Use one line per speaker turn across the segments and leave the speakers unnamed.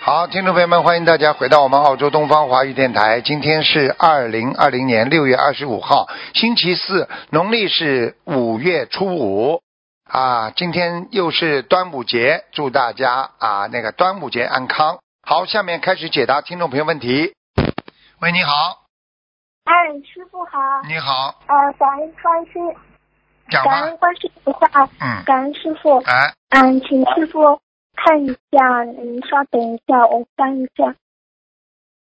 好，听众朋友们，欢迎大家回到我们澳洲东方华语电台。今天是二零二零年六月二十五号，星期四，农历是五月初五。啊，今天又是端午节，祝大家啊那个端午节安康。好，下面开始解答听众朋友问题。喂，你好，
哎，师傅好，
你好，
呃，感恩关心，
讲哎
感
吧
恩。关心菩萨，
嗯，
感恩师傅，
哎，
嗯，请师傅看一下，嗯，稍等一下，我翻一下，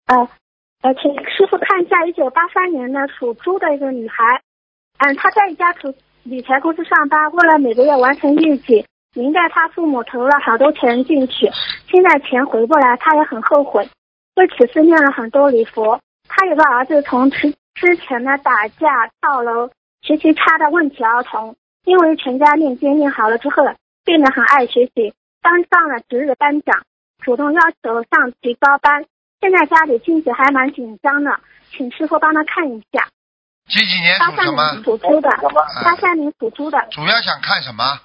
呃，呃，请师傅看一下一九八三年的属猪的一个女孩，嗯，她在一家投理财公司上班，为了每个月完成业绩，明代她父母投了好多钱进去，现在钱回不来，她也很后悔，为此事念了很多礼佛。她有个儿子从之之前的打架、跳楼、学习差的问题儿童，因为全家念经念好了之后，变得很爱学习，当上了值日班长，主动要求上提高班。现在家里经济还蛮紧张的，请师傅帮他看一下。
几几年
八
属什
三年
么？
属猪的，
嗯
八三年属猪的，
主要想看什么？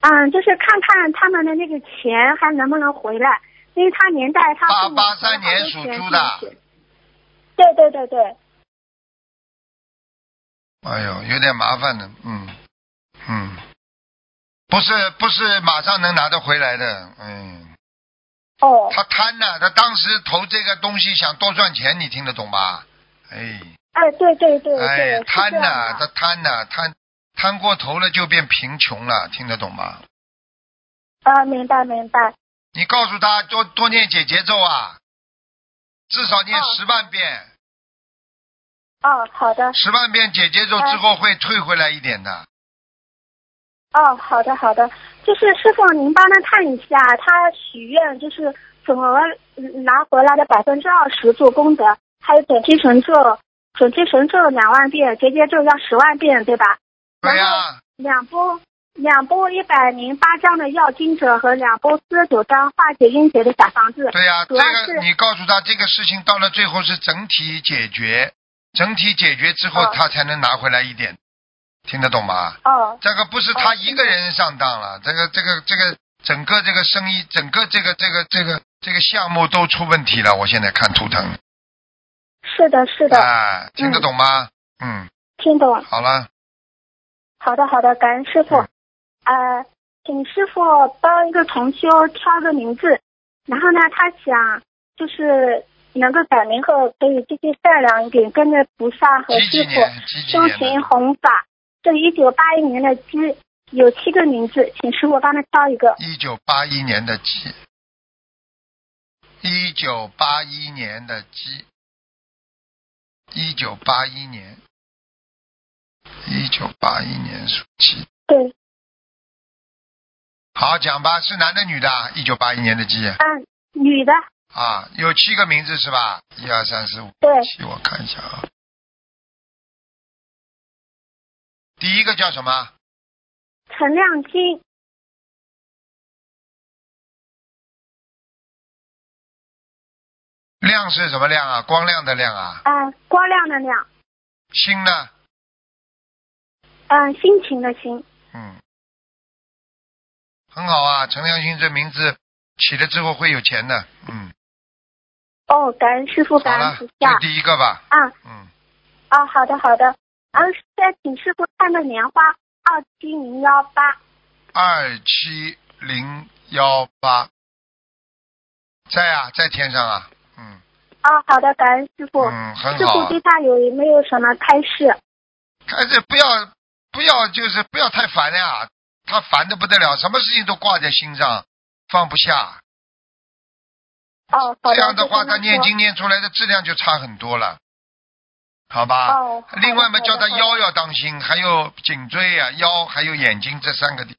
嗯，就是看看他们的那个钱还能不能回来，因为他年代他父母
883年属猪的
好多钱进去。对对对对，
哎呦，有点麻烦的，嗯，嗯，不是不是马上能拿得回来的，嗯，
哦，
他贪呐、他当时投这个东西想多赚钱，你听得懂吧？哎，
哎，对对对对，
哎
是，
贪
这样
呐、
的
他贪呐、贪贪过头了就变贫穷了，听得懂吗？
啊，明白明白，
你告诉他多多念解节奏啊，至少念
哦
十万遍，
哦，好的，
十万遍解节奏之后会退回来一点的。
哦，好的好的，就是师傅您帮他看一下，他许愿就是总额拿回来的百分之二十做功德，还有准提神咒，准提神咒两万遍，结节咒要十万遍，对吧？
对呀、
两波两波一百零八张的药经者和两波四十九张化解阴结的小房子。
对呀、
主要
这
是
个你告诉他，这个事情到了最后是整体解决，整体解决之后
哦
他才能拿回来一点，听得懂吗？
哦
这个不是他一个人上当了，这个这个这个整个这个生意，整个这个这个这个这个项目都出问题了。我现在看图腾，
是的，是的，
啊，听得懂吗？嗯，
听懂。
好了，
好的，好的，感恩师傅。呃，请师傅帮一个同修挑个名字，然后呢，他想就是能够改名后可以积极善良一点，跟着菩萨和
几
师
几
傅
年？几几
修
年
行
的？
弘法。这一九八一年的鸡有七个名字，请师傅帮他挑一个。
一九八一年的鸡，一九八一年的鸡，一九八一年，一九八一年属鸡。
对，呃
好，讲吧，是男的女的啊？一九八一年的鸡
嗯，女的，
啊，有七个名字是吧？一二三四五
对
六七，我看一下啊。第一个叫什么？
陈亮金，
亮是什么亮啊？光亮的亮啊。
嗯、光亮的亮，
星呢？
嗯、心情的心，
嗯，很好啊，陈良心这名字起了之后会有钱的，嗯，
哦，感恩师傅，
好
感恩
了，
菩萨
这，第一个吧，
啊、
嗯，
啊，好的好的。然后再请师傅看个莲花二七零幺八。
二七零幺八，在啊，在天上啊，嗯
啊，好的，感恩师傅。
嗯，很
师
好
傅
啊，
对他有没有什么开示？
但是不要不要就是不要太烦了呀，他烦的不得了，什么事情都挂在心上，放不下，
哦，好
这样的
的
话，
就跟他
他念
说
经念出来的质量就差很多了，好吧？
哦，好的
啊 另外嘛，叫他。
好的好的
腰要当心，还有颈椎 啊、腰还有眼睛这三个地，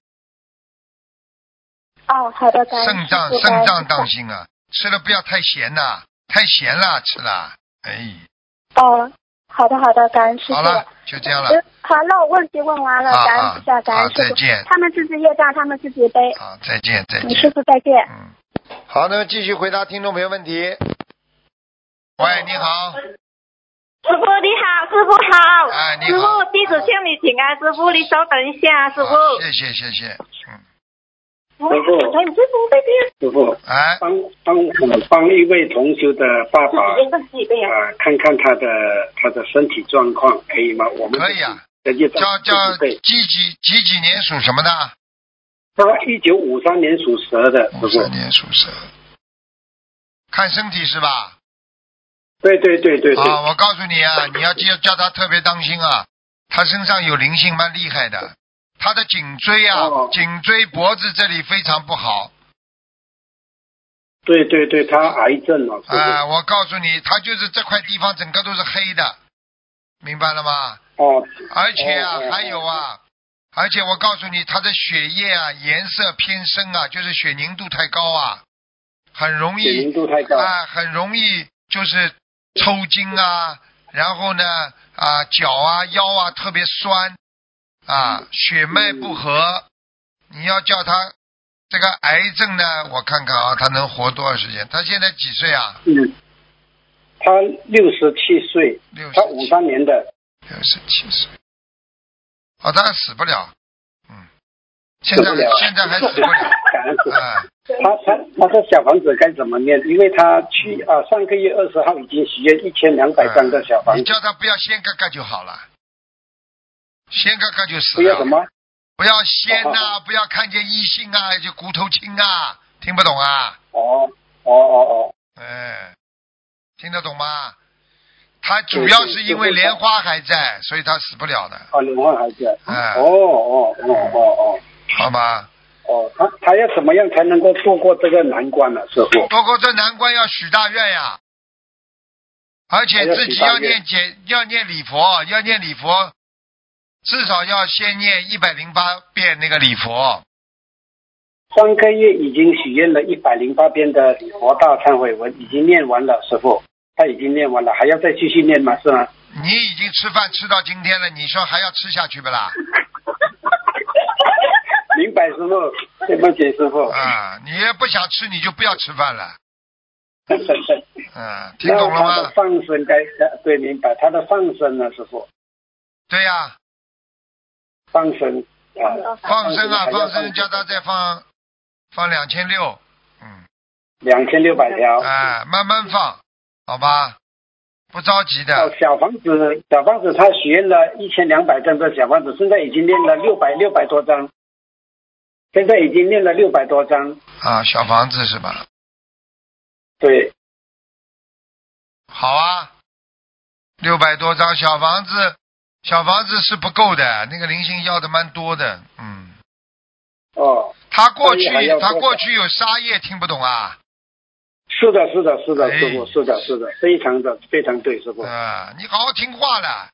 哦，好的，感恩
肾脏
师傅
肾脏当。
感恩师
心啊，吃了不要太咸呐、太咸了吃了，哎，
傅哦，好的好的，感恩师傅。
好了，就这样了，
嗯好了，我问题问完了，
啊
感恩菩萨，感
啊，
恩师
再
傅。
见，
他们自己业障，他们自己背。
啊，再见，再
你
见，
师傅再见。
嗯，好，那么继续回答听众朋友问题。喂，你好，
师傅你好，师傅好。
哎你
师
好
傅，
啊
弟子向你请安。师傅，你稍等一下，师傅。
啊谢谢谢谢，嗯，
师傅，
哎，你这不会变，
师傅，
哎，
帮帮呃帮一位同修的爸爸
自己变自己变呀。
啊、看看他的他的身体状况，可以吗？我们
可以啊，
的业障
叫叫
对，
几几几几年属什么的？
他一九五三年属蛇的，师
五
傅
三，年属蛇，看身体是吧？
对对对对对，
啊，我告诉你 啊，你要叫叫他特别当心啊，他身上有灵性，蛮厉害的。他的颈椎啊，
哦
颈椎脖子这里非常不好
对对对，他癌症了，师
啊、
傅，
我告诉你，他就是这块地方整个都是黑的，明白了吗？
哦，
而且啊，
哦哦哦
还有啊，而且我告诉你，他的血液啊颜色偏深啊，就是血凝度太高啊，很容
血
易
凝度太高，
啊，很容易就是抽筋啊，然后呢啊脚啊腰啊特别酸啊，血脉不和，你要叫他这个癌症呢，我看看啊，他能活多少时间？他现在几岁啊？
嗯，他六十七岁，
六十
他五三年的，
六十七岁，哦，他还死不了，嗯，现在
死不了
现在还死不了，
感恩师傅。
啊，
他他他的小房子该怎么念？因为他去啊、上个月二十号已经许愿一千两百张的小房
嗯你
子，
叫他不要先嘎嘎就好了，先嘎嘎就死
不
了，
要什么？
不要先呐、不要看见异性啊，就骨头轻啊，听不懂啊？
哦哦哦
哎，听得懂吗？他主要是因为莲花还在，所以他死不了的，
哦，哦，莲花孩子。
哎
哦哦哦哦
好吗？
哦哦，他他要怎么样才能够度过这个难关呢、师傅？
包括这难关要许大愿呀、而且自己要念解，要念礼佛，要念礼佛，至少要先念一百零八遍那个礼佛。
上个月已经许愿了一百零八遍的礼佛大忏悔文，已经念完了，师傅，他已经念完了，还要再继续念吗？是吗？
你已经吃饭吃到今天了，你说还要吃下去不啦？
明白，师傅，对不起，师傅。
啊，你也不想吃，你就不要吃饭了。嗯，听
那
懂了
他的
吗？
上身该对，明白他的上身呢，师傅，
对呀、
上身
嗯
啊，
放生啊，
还要
放生，叫他再放，放两千六，嗯，
两千六百条。
哎，慢慢放，好吧，不着急的。
哦，小房子，小房子，他许愿了一千两百张的小房子，现在已经念了六百六百多张，现在已经念了六百多张，
啊，小房子是吧？
对，
好啊，六百多张小房子，小房子是不够的，那个灵性要的蛮多的，嗯。
哦，
他过去
所以还要多
他过
少
去有沙业，听不懂啊？
是的，是的，是的，
哎
师傅，是的，是的，非常的非常对，师傅，
啊，你好好听话了。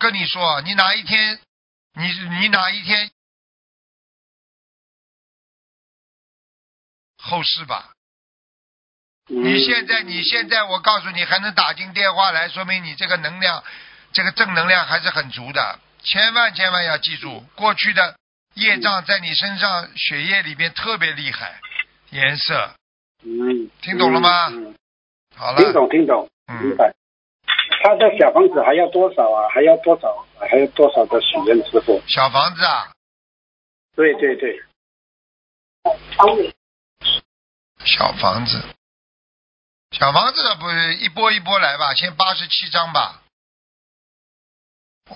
跟你说，你哪一天，你你哪一天后事吧？
你
你现在，你现在，我告诉你，还能打进电话来，说明你这个能量，这个正能量还是很足的。千万千万要记住，过去的业障在你身上血液里边特别厉害，颜色
嗯，
听懂了吗
嗯
好
听
了，
懂，听懂，明
嗯，
白。他的小房子还要多少啊？还要多少？还要多少的许愿，师傅？
小房子啊，
对对对，
小房子，小房子不是一波一波来吧？先八十七张吧。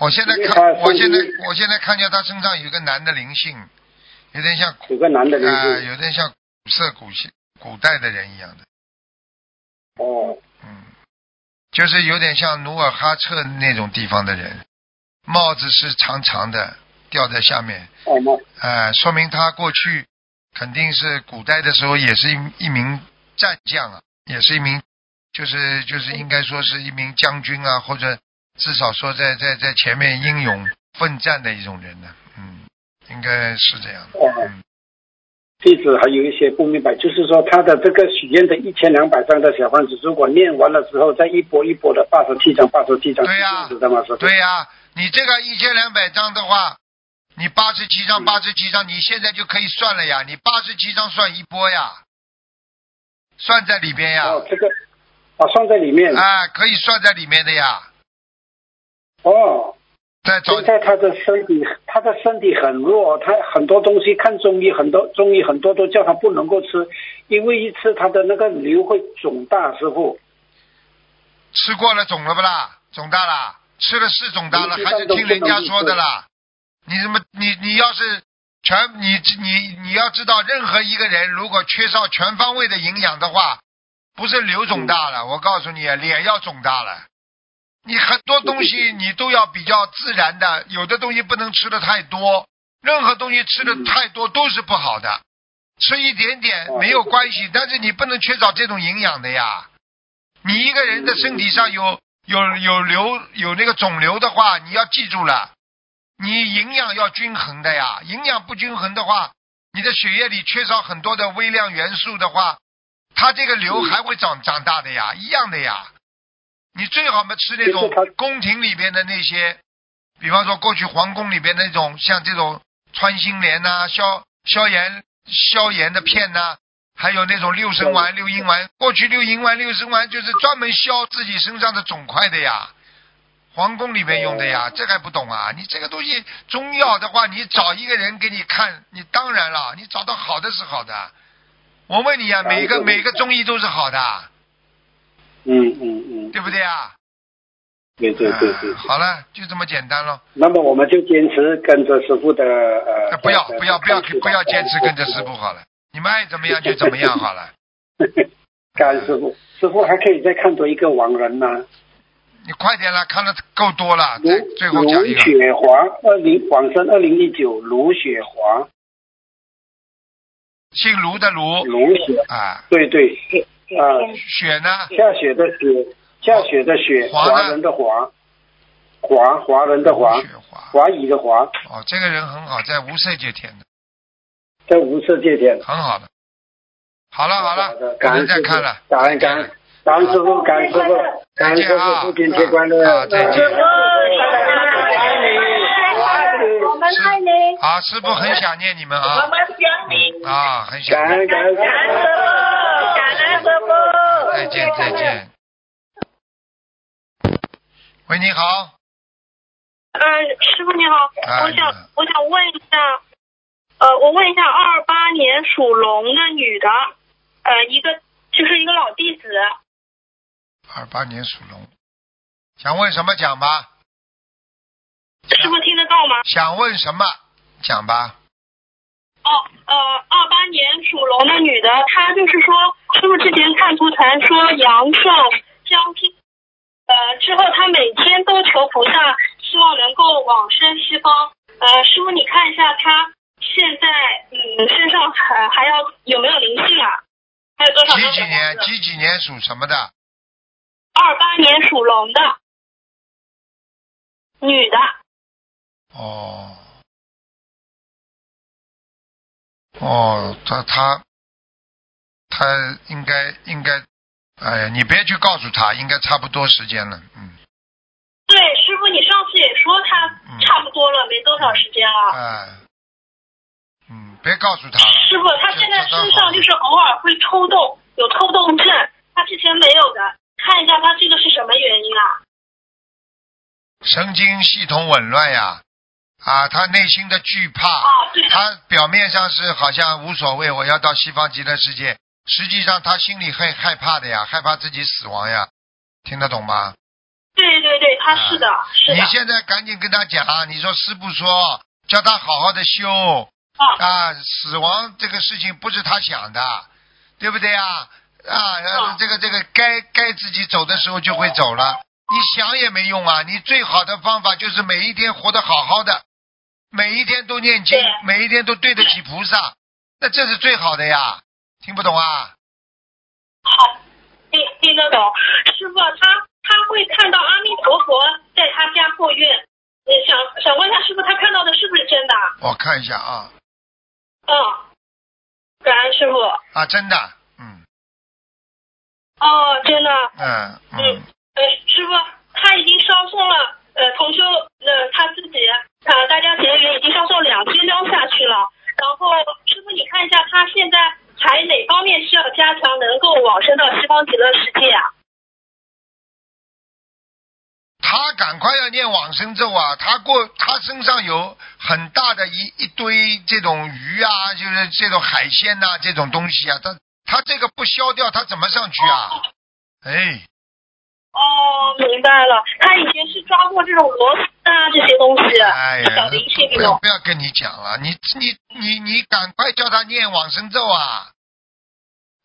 我现在
因为
看，
他
我现在
身体
我现在看见他身上有一个男的灵性，有点像
有个男的灵
啊、
性，
有点像古色古香、古代的人一样的，
哦，
嗯，就是有点像努尔哈赤那种地方的人，帽子是长长的，掉在下面，
哦，那
呃，说明他过去肯定是古代的时候也是一一名战将啊，也是一名，就是就是应该说是一名将军啊，或者至少说在在在前面英勇奋战的一种人呢、嗯，应该是这样的，
哦
嗯，
弟子还有一些不明白，就是说他的这个许愿的一千两百张的小房子，如果念完了之后，再一波一波的八十七张、八十七张，
对呀
是这样子的吗？师傅，
对呀、你这个一千两百张的话，你八十七张，八十七张，你现在就可以算了呀。你八十七张算一波呀，算在里边呀，哎
哦，这个哦啊，算在里面。
啊，可以算在里面的呀。
哦，
再找
现在他的身体，他的身体很弱，他很多东西看中医，很多中医很多都叫他不能够吃，因为一吃他的那个瘤会肿大，师傅。
吃过了肿了不啦？肿大啦？吃了是肿大了，
你
还是听人家说的啦？你怎么你你要是全你你你要知道，任何一个人如果缺少全方位的营养的话，不是瘤肿大
嗯
了，我告诉你，脸要肿大了。你很多东西
嗯
你都要比较自然的，有的东西不能吃的太多，任何东西吃的
嗯
太多都是不好的。吃一点点
哦
没有关系，但是你不能缺少这种营养的呀。你一个人的身体上有有有瘤有那个肿瘤的话，你要记住了，你营养要均衡的呀。营养不均衡的话，你的血液里缺少很多的微量元素的话，它这个瘤还会长长大的呀，一样的呀。你最好嘛吃那种
其实它
宫廷里边的那些，比方说过去皇宫里边那种像这种穿心莲呐、消消炎消炎的片呐、还有那种六神丸、六阴丸。过去六阴丸、六神丸就是专门消自己身上的肿块的呀，皇宫里面用的呀，这还不懂啊？你这个东西中药的话，你找一个人给你看，你当然了，你找到好的是好的。我问你啊，
找一
每
个
个每个中医都是好的，
嗯嗯嗯，
对不对啊？
对对对对
啊。好了，就这么简单了。
那么我们就坚持跟着师傅的
那
呃，
不要
的
不要不要不要坚持跟着师傅。好了，你们爱怎么样就怎么样好了。
感恩师傅，师傅还可以再看多一个亡人吗？
你快点了，看了够多了，
卢
再最后讲一
卢
个。
雪华，二零往生二零一九，卢雪华，
姓卢的卢
卢雪，
啊，
对对，啊、
雪呢？
下雪的雪，下雪的雪，
华呢
华人的华，华华人的华，
雪华。
华语的华，
哦，这个人很好，在无色界天的，
在无色界天。
很好的。好了好了，
的，
不
感
能
恩师
再
傅
看了，，
感
再
恩感
看了
恩，感恩师傅，感恩师傅，感
再
恩
见
师
啊！
傅，今天快乐，
啊，再见。
嗯
我们爱你。
啊，师傅很想念你们
我
啊，
们想你，
啊，很想
感
念。
恩感恩。
感恩师傅，感恩师傅。
再见再见。喂，你好，
呃，师傅你好，
哎
我想
你好
我想问一下，呃，我问一下，二八年属龙的女的，呃，一个就是一个老弟子，
啊二八年属龙，想问什么讲吧？
师傅听得到吗？
想问什么讲吧？
哦，呃，二八年属龙的女的，她就是说，师傅之前看图腾说阳寿将近，呃，之后她每天都求菩萨，希望能够往生西方。呃，师傅你看一下她现在，嗯，身上还还要有没有灵性啊？还有多少？
几几年？几几年属什么的？
二八年属龙的，女的，
哦，哦，他他他应该应该，哎呀，你别去告诉他，应该差不多时间了，嗯，
对，师傅，你上次也说她
嗯
差不多了，没多少时间了。
哎，嗯，别告诉他了。
师傅，他现在
这这
身
倒好
上就是偶尔会抽动，有抽动症，他之前没有的。看一下他这个是什么原因啊？
神经系统紊乱呀，啊，他内心的惧怕，
哦，对，
他表面上是好像无所谓，我要到西方极乐世界，实际上他心里很害怕的呀，害怕自己死亡呀，听得懂吗？
对对对，他是的，是
嗯
啊
你
的，
现在赶紧跟他讲，啊你说师傅说叫他好好的修啊，死亡这个事情不是他想的，对不对啊？啊，然后
啊
这个这个该该自己走的时候就会走了，你想也没用啊！你最好的方法就是每一天活得好好的，每一天都念经
对，啊
每一天都对得起菩萨，那这是最好的呀！听不懂啊？
好，听听得懂。师傅，他他会看到阿弥陀佛在他家过月，呃想想问一下师傅，他看到的是不是真的？
我看一下啊，
嗯，感恩师傅。
啊，真的，嗯
哦，真的，
嗯嗯
嗯，呃，师傅，他已经烧送了，呃，同修，呃，他自己，呃，大家结缘已经烧送两千张下去了。然后，师傅，你看一下他现在还哪方面需要加强，能够往生到西方极乐世界啊？
他他赶快要念往生咒啊！他过他身上有很大的一一堆这种鱼啊，就是这种海鲜呐、这种东西啊，他他这个不消掉，他怎么上去啊？哎，
哦，明白了。他以前是抓过这种螺丝啊这些东西，
哎呀
小灵性，
不
那
要
种。
不要跟你讲了，你你你你赶快叫他念往生咒啊！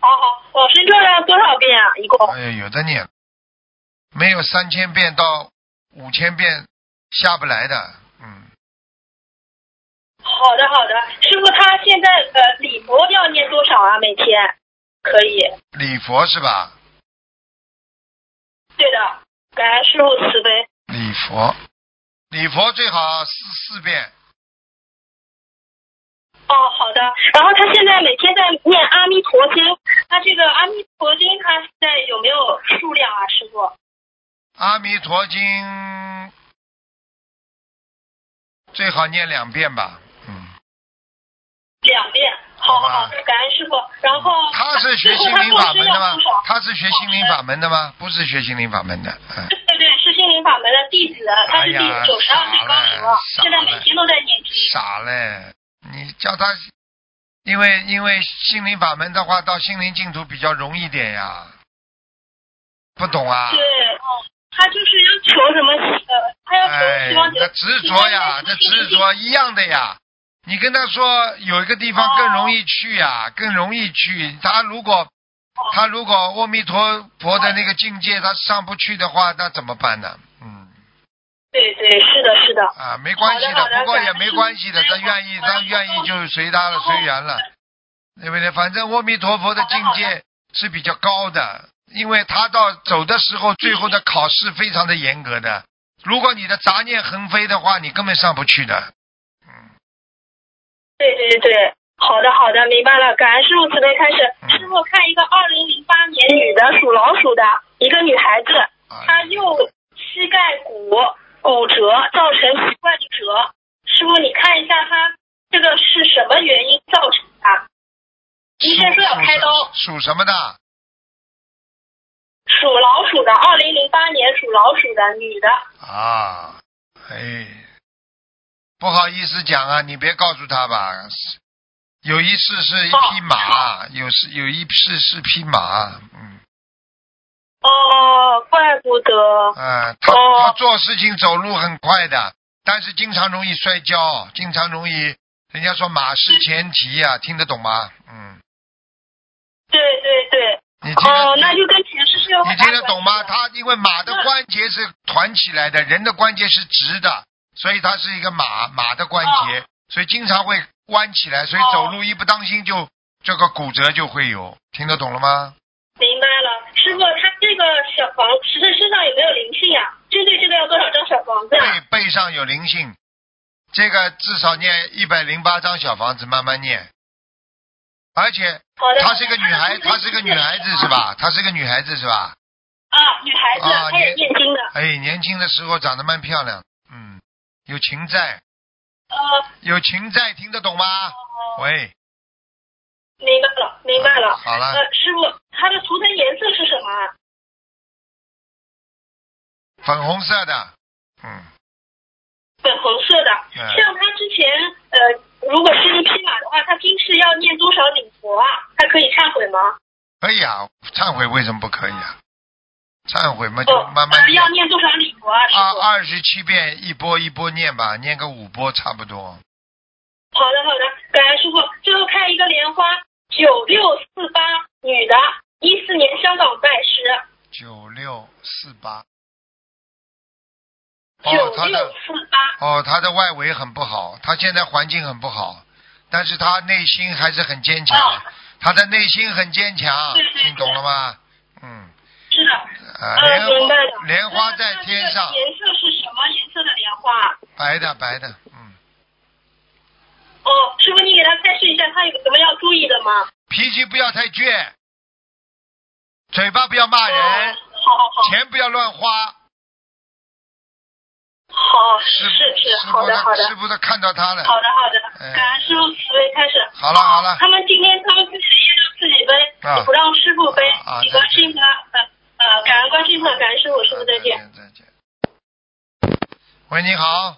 好好，往生咒要多少遍啊？一共？
哎呀，有的念，没有三千遍到五千遍下不来的，嗯，
好的好的，师傅他现在呃礼佛要念多少啊？每天？可以。
礼佛是吧？
对的，感恩师傅慈悲。
礼佛，礼佛最好四四遍。
哦，好的。然后他现在每天在念阿弥陀经，他这个阿弥陀经他现在有没有数量啊，师傅？
阿弥陀经最好念两遍吧。嗯，
两遍。好好好，感恩师傅。然后
啊他是学心灵法门的吗？他是学心灵法门的吗？不是学心灵法门的。嗯，
对对对，是心灵法门的弟子，他是第
哎呀
九十二岁高龄了，
傻了
现在每天都在念经。
傻嘞！你叫他，因为因为心灵法门的话，到心灵净土比较容易点呀。不懂啊？
对，哦，他就是要求什么呃，他要求
哎
希望，你
那执着呀，那执着一样的呀。你跟他说有一个地方更容易去呀，更容易去。他如果他如果阿弥陀佛的那个境界他上不去的话，那怎么办呢？嗯
对对，是的，是的。
啊，没关系
好的好的
不过也
感恩
没关系的，
师父
他愿意他愿意就随他了，随缘了，对不对？反正阿弥陀佛的境界是比较高的，因为他到走的时候，最后的考试非常的严格的。如果你的杂念横飞的话，你根本上不去的。
对对对，好的好的，明白了。感恩师傅慈悲开始
嗯。
师傅看一个二零零八年女的属老鼠的一个女孩子，
啊，
她右膝盖骨骨折，造成奇怪的折。师傅，你看一下她这个是什么原因造成的？医生说要开刀。
属什么的？
属老鼠的，二零零八年属老鼠的女的。
啊，哎，不好意思讲啊，你别告诉他吧。有一次是一匹马，有是有一次是匹马，嗯，
哦，怪不得。
啊，他
哦
他做事情走路很快的，但是经常容易摔跤，经常容易，人家说马是前蹄呀、听得懂吗？嗯，
对对对。
你听得
哦，那就跟前世是 有
你
很大
听得懂吗？
关系的
它因为马的关节是团起来的，人的关节是直的，所以它是一个马马的关节，所以经常会弯起来，所以
哦
走路一不当心就这个骨折就会有，听得懂了吗？
明白了，师傅，他这个小房子身身上有没有灵性呀、针对这个要多少张小房子、
背
啊？
背上有灵性，这个至少念一百零八张小房子，慢慢念。而且
好的。
她是个女孩，她是个女孩子是？吧？她是个女孩子是吧？
啊，女孩子，
啊
她也
你
念经的。
哎，年轻的时候长得蛮漂亮，嗯，有情债，
呃，
有情债，听得懂吗？喂。
明白了，明白了。
好了
呃，师傅，它的图腾颜色是什么啊？
粉红色的，嗯，
粉红色的。
嗯
像他之前，呃，如果是一匹马的话，他平时要念多少礼佛啊？他可以忏悔吗？
可以啊，忏悔为什么不可以啊？忏悔嘛，就
哦，
慢慢
呃要
念，
念多少礼佛啊，师
二
傅？
二十七遍，一波一波念吧，念个五波差不多。
好的好的，感恩师傅。最后看一个莲花，九六四八女的，一四年香港拜师，
九六四八。哦，
九
他
六
的
四八。
哦，他的外围很不好，他现在环境很不好，但是他内心还是很坚强，
哦
他的内心很坚强
对，对
听懂了吗？嗯，
是的，
啊，
嗯，
莲
明
花
白的。
莲花在
那那
天
这
上
个，颜色是什么颜色的莲花？
白的白的，嗯。
哦，师傅，你给他再试一下，他有什么要注意的吗？
脾气不要太倔，嘴巴不要骂人
哦，好好好，
钱不要乱花。
好
师
是
傅，
是，
师
好
傅
的好的
他，师傅他看到他了。
好的好的
哎，
感恩师傅慈悲开始。
好了好了
他们今天他们自己业就自己背，
啊
你不让师傅背
啊啊，
你观世音菩萨，呃呃，感恩观世音菩萨，感恩师傅，师傅再见。
再见。喂，你好，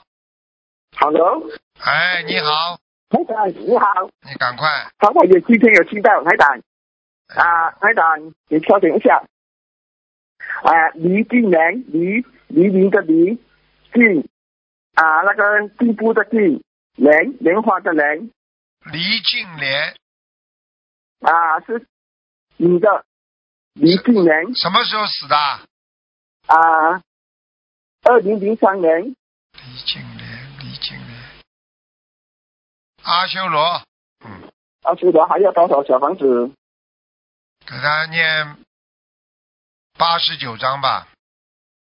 Hello，
哎，你好，
台长你好，
你赶快，
好我有今天有听到台长啊，台长，你稍等一下啊，黎俊良，黎黎明的黎，俊啊，那个进步的进，莲莲花的莲
黎静莲，
啊，是你的黎俊良
什么时候死的？
啊，二零零三年
黎静莲，黎静莲，阿修罗，嗯，
阿修啊罗还要多少小房子？
给他念八十九章吧，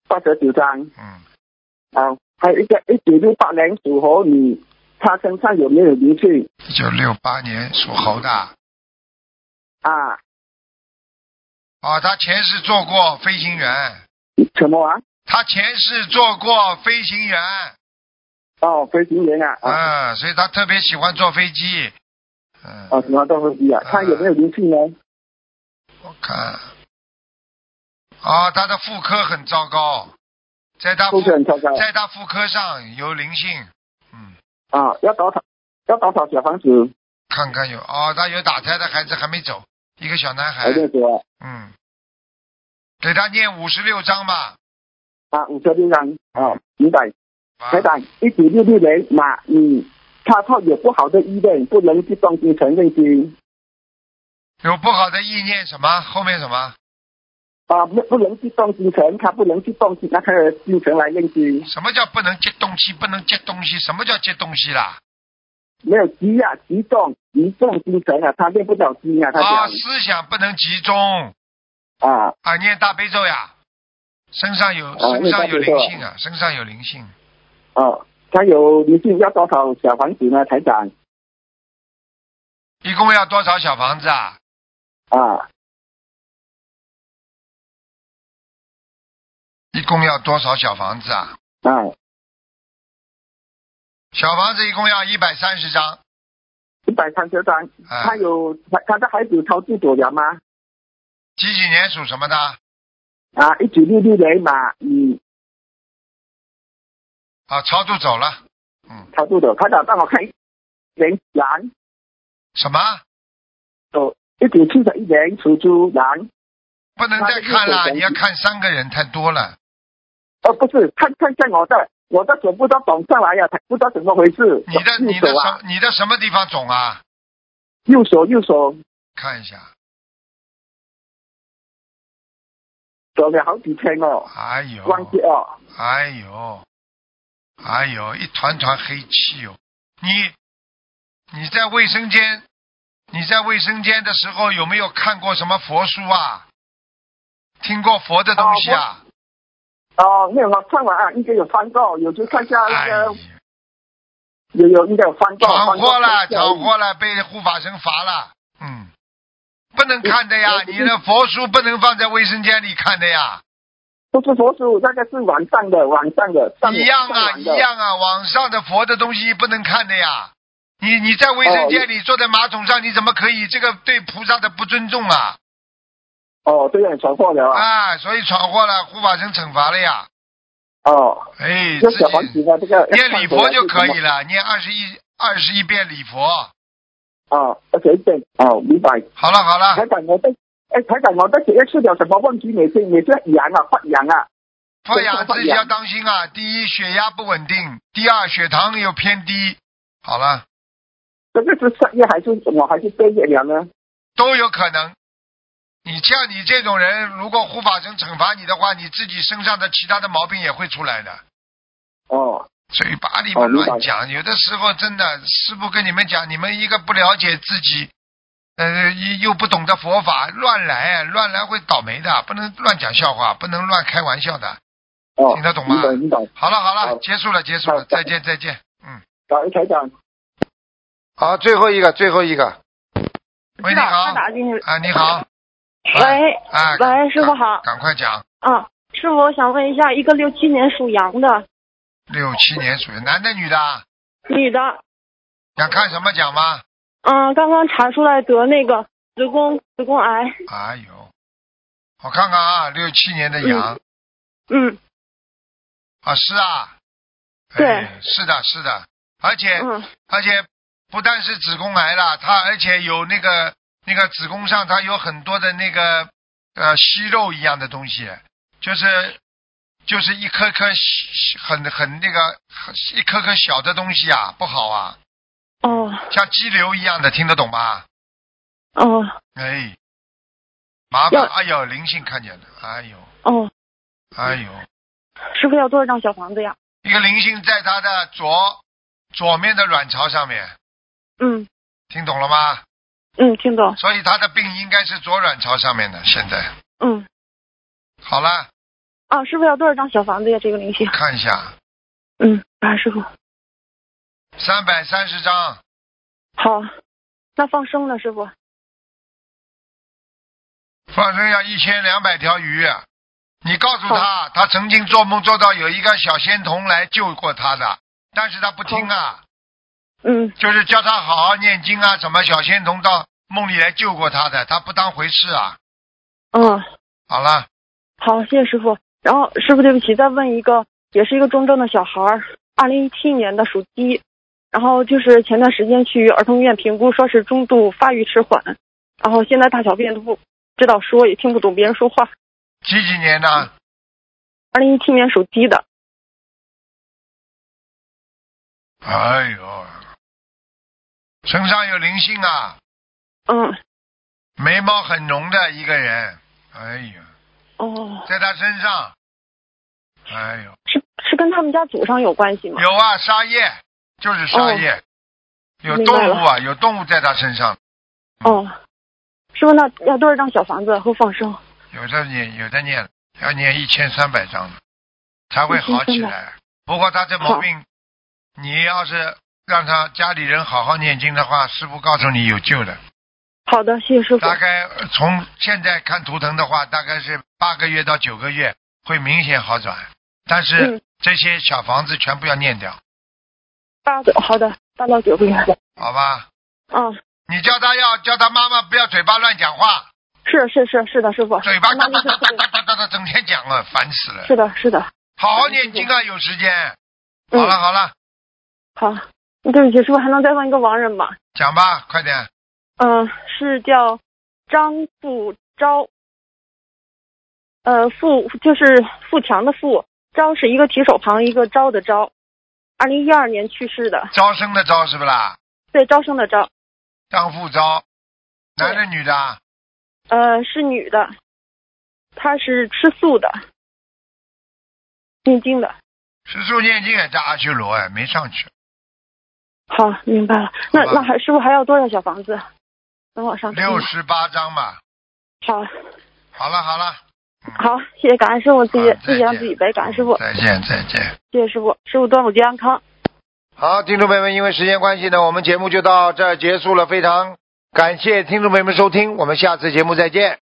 八十九张。
嗯，
啊，还有一个一九六八年属猴女，她身上有没有灵性
一九六八年属猴的，
啊？
哦，他前世做过飞行员，
什么啊？
他前世做过飞行员，
哦，飞行员啊，啊，
嗯，所以他特别喜欢坐飞机，嗯，
哦，什么都飞机啊？
啊
她有没有灵性呢？
我看，哦，他的妇科很糟糕，在他
都
妇
是很糟糕
在他妇科上有灵性，嗯，
啊，要多少？要多少小房子？
看看有，哦，他有打胎的孩子还没走，一个小男孩
还，在说
嗯，给他念五十六章吧，
啊，五十六张啊，明白？
啊
台长，一九六六年马嗯，她她有不好的意念，不能去动心承认心
有不好的意念什么？后面什么？
啊，不不能去动心诚，她不能去动心那个心诚来认心，
什么叫不能接东西？不能接东西？什么叫接东西啦？
没有急啊，急动急动心诚啊，她练不了心啊，她
啊，
讲
思想不能集中
啊
啊，念大悲咒呀，身上有
啊
身上有
念大悲咒
灵
啊
性啊，身上有灵性，
哦，她有灵性要多少小房子呢？台长
一共要多少小房子啊？
啊。
一共要多少小房子啊？
啊，
小房子一共要一百三十张，
一百三十张，
哎
他有他他的孩子超度走了吗？
几几年属什么的？
啊，一九六六年嘛，嗯，
啊，超度走了，嗯，
超度的，他长让我看人男
什么？
哦，一九七十一年属猪男，
不能再看
那
了，
就是
你要看三个人太多了，
哦，不是，看看看我的我的手不知道肿上来呀、啊，不知道怎么回事。
你的你
右
的
手啊
什，你的什么地方肿啊？
右手右手
看一下，
肿了好几天哦，
哎呦，
关节哦，
哎呦，哎呦，一团团黑气哟！你你在卫生间，你在卫生间的时候有没有看过什么佛书啊？听过佛的东西啊？
哦，没有我看完啊，应该有翻过，有去啊看一下那
哎
个、
呀，
有有应该有翻过，
闯祸了，
翻过
闯祸了，被护法神罚了。嗯，不能看的呀，
我
你的佛书不能放在卫生间里看的呀。
不是佛祖，那个是晚上的，晚上的，上
一样
上
啊，
晚
一
的
样啊，网上的佛的东西不能看的呀。你你在卫生
哦
间里坐在马桶上，你怎么可以这个对菩萨的不尊重啊？
哦，这样闯祸了啊！
啊，所以闯祸了，护法神惩罚了呀。
哦，
哎，
这小房
自
子啊
己
呢，这个
念礼佛就可以
了。
了，念二十一二十一遍礼佛。
哦，对对，哦，明白。
好了好
台
了，
长，我的，哎，台长，我的血液出了什么问题？每次每次痒啊，发痒啊。
发痒
发
自己
痒
要当心啊。第一，血压不稳定；第二，血糖又偏低。好了，
这个是上夜还是我还是半夜了呢？
都有可能。你像你这种人，如果护法神惩罚你的话，你自己身上的其他的毛病也会出来的。
哦，
嘴巴里面啊
哦明白
乱讲，有的时候真的，师傅跟你们讲，你们一个不了解自己，呃，又又不懂得佛法，乱来乱来会倒霉的，不能乱讲笑话，不能乱开玩笑的。
哦，
听得懂吗
明白明白。
好了好了，
好
结束了结束了，
好
再见再见。嗯，
感恩台长。
好，最后一个最后一个，喂你好
他打进去。
啊你好，
喂，
啊，
喂，师傅
赶
好。
赶快讲，
啊，师傅，我想问一下，一个六七年属羊的
六七年属于男的女的啊，
女的，
想看什么讲吗？
嗯，刚刚查出来得那个子宫子宫癌，
哎呦，我看看啊，六七年的羊
嗯，
啊是啊，
对
哎是的，是的，而且、
嗯，
而且不但是子宫癌了，它而且有那个那个子宫上它有很多的那个呃息肉一样的东西，就是就是一颗颗细很很那个很一颗颗小的东西啊，不好啊，
哦
像肌瘤一样的，听得懂吗？
哦
哎，麻烦，
要
哎呦，灵性看见了，哎呦，
哦，
哎呦，
师傅要多少张小房子呀？
一个灵性在他的左左面的卵巢上面，
嗯
听懂了吗？
嗯，听懂。
所以他的病应该是左卵巢上面的。现在
嗯，
好了，
啊，师傅要多少张小房子呀？这个灵性。
看一下，
嗯，啊，师傅。
三百三十张，
好，那放生了，师傅。
放生要一千两百条鱼。你告诉他，他曾经做梦做到有一个小仙童来救过他的，但是他不听啊，
嗯
就是叫他好好念经啊，什么小仙童到梦里来救过他的，他不当回事啊。
嗯，
好了，
好，谢谢师傅。然后师傅，对不起，再问一个，也是一个中症的小孩儿，二零一七年的属鸡，然后就是前段时间去儿童医院评估，说是中度发育迟缓，然后现在大小便都不知道说，也听不懂别人说话。
几几年呢？
二零一七年属鸡的，
哎呦，身上有灵性啊，
嗯，
眉毛很浓的一个人，哎呦，
哦，
在他身上，哎呦，
是是跟他们家祖上有关系吗？
有啊，沙叶就是沙叶，有
哦明白
动物啊，有动物在他身上，
哦，师傅，那要多少张小房子和放生？
有的念，有的念，要念一千三百章才会好起来。不过他这毛病，你要是让他家里人好好念经的话，师傅告诉你有救的。
好的，谢谢师傅。
大概呃从现在看图腾的话，大概是八个月到九个月会明显好转，但是
嗯
这些小房子全部要念掉，
八九，好的，八到九个月。
好吧？
嗯，
你叫他要叫他妈妈不要嘴巴乱讲话，
是是是是的，师傅。
嘴巴
妈
哒
妈
哒
就是
哒
特
哒哒
别
哒哒哒整天讲啊，烦死了。
是的，是的。
好好念经啊，有时间。
嗯
好了好了，
好，对不起，师傅，还能再问一个亡人吗？
讲吧，快点。
嗯、是叫张富昭，呃，富就是富强的富，昭是一个提手旁一个昭的昭，二零一二年去世的，
招生的招是不啦？
对，招生的招，
张富招，
对
男的女的啊？
呃，是女的，她是吃素的，念经的。
师叔念经也在阿修罗哎，没上去，
好，明白了。那
好吧
那还师傅还要多少小房子？能往上提吗
六十八章吧。
好，
好了好了，
好，谢谢感恩师傅，自己
好
自己让自己背，感恩师傅，
再见再见。
谢谢师傅，师傅端午节安康。
好，听众朋友们，因为时间关系呢，我们节目就到这儿结束了。非常感谢听众朋友们收听，我们下次节目再见。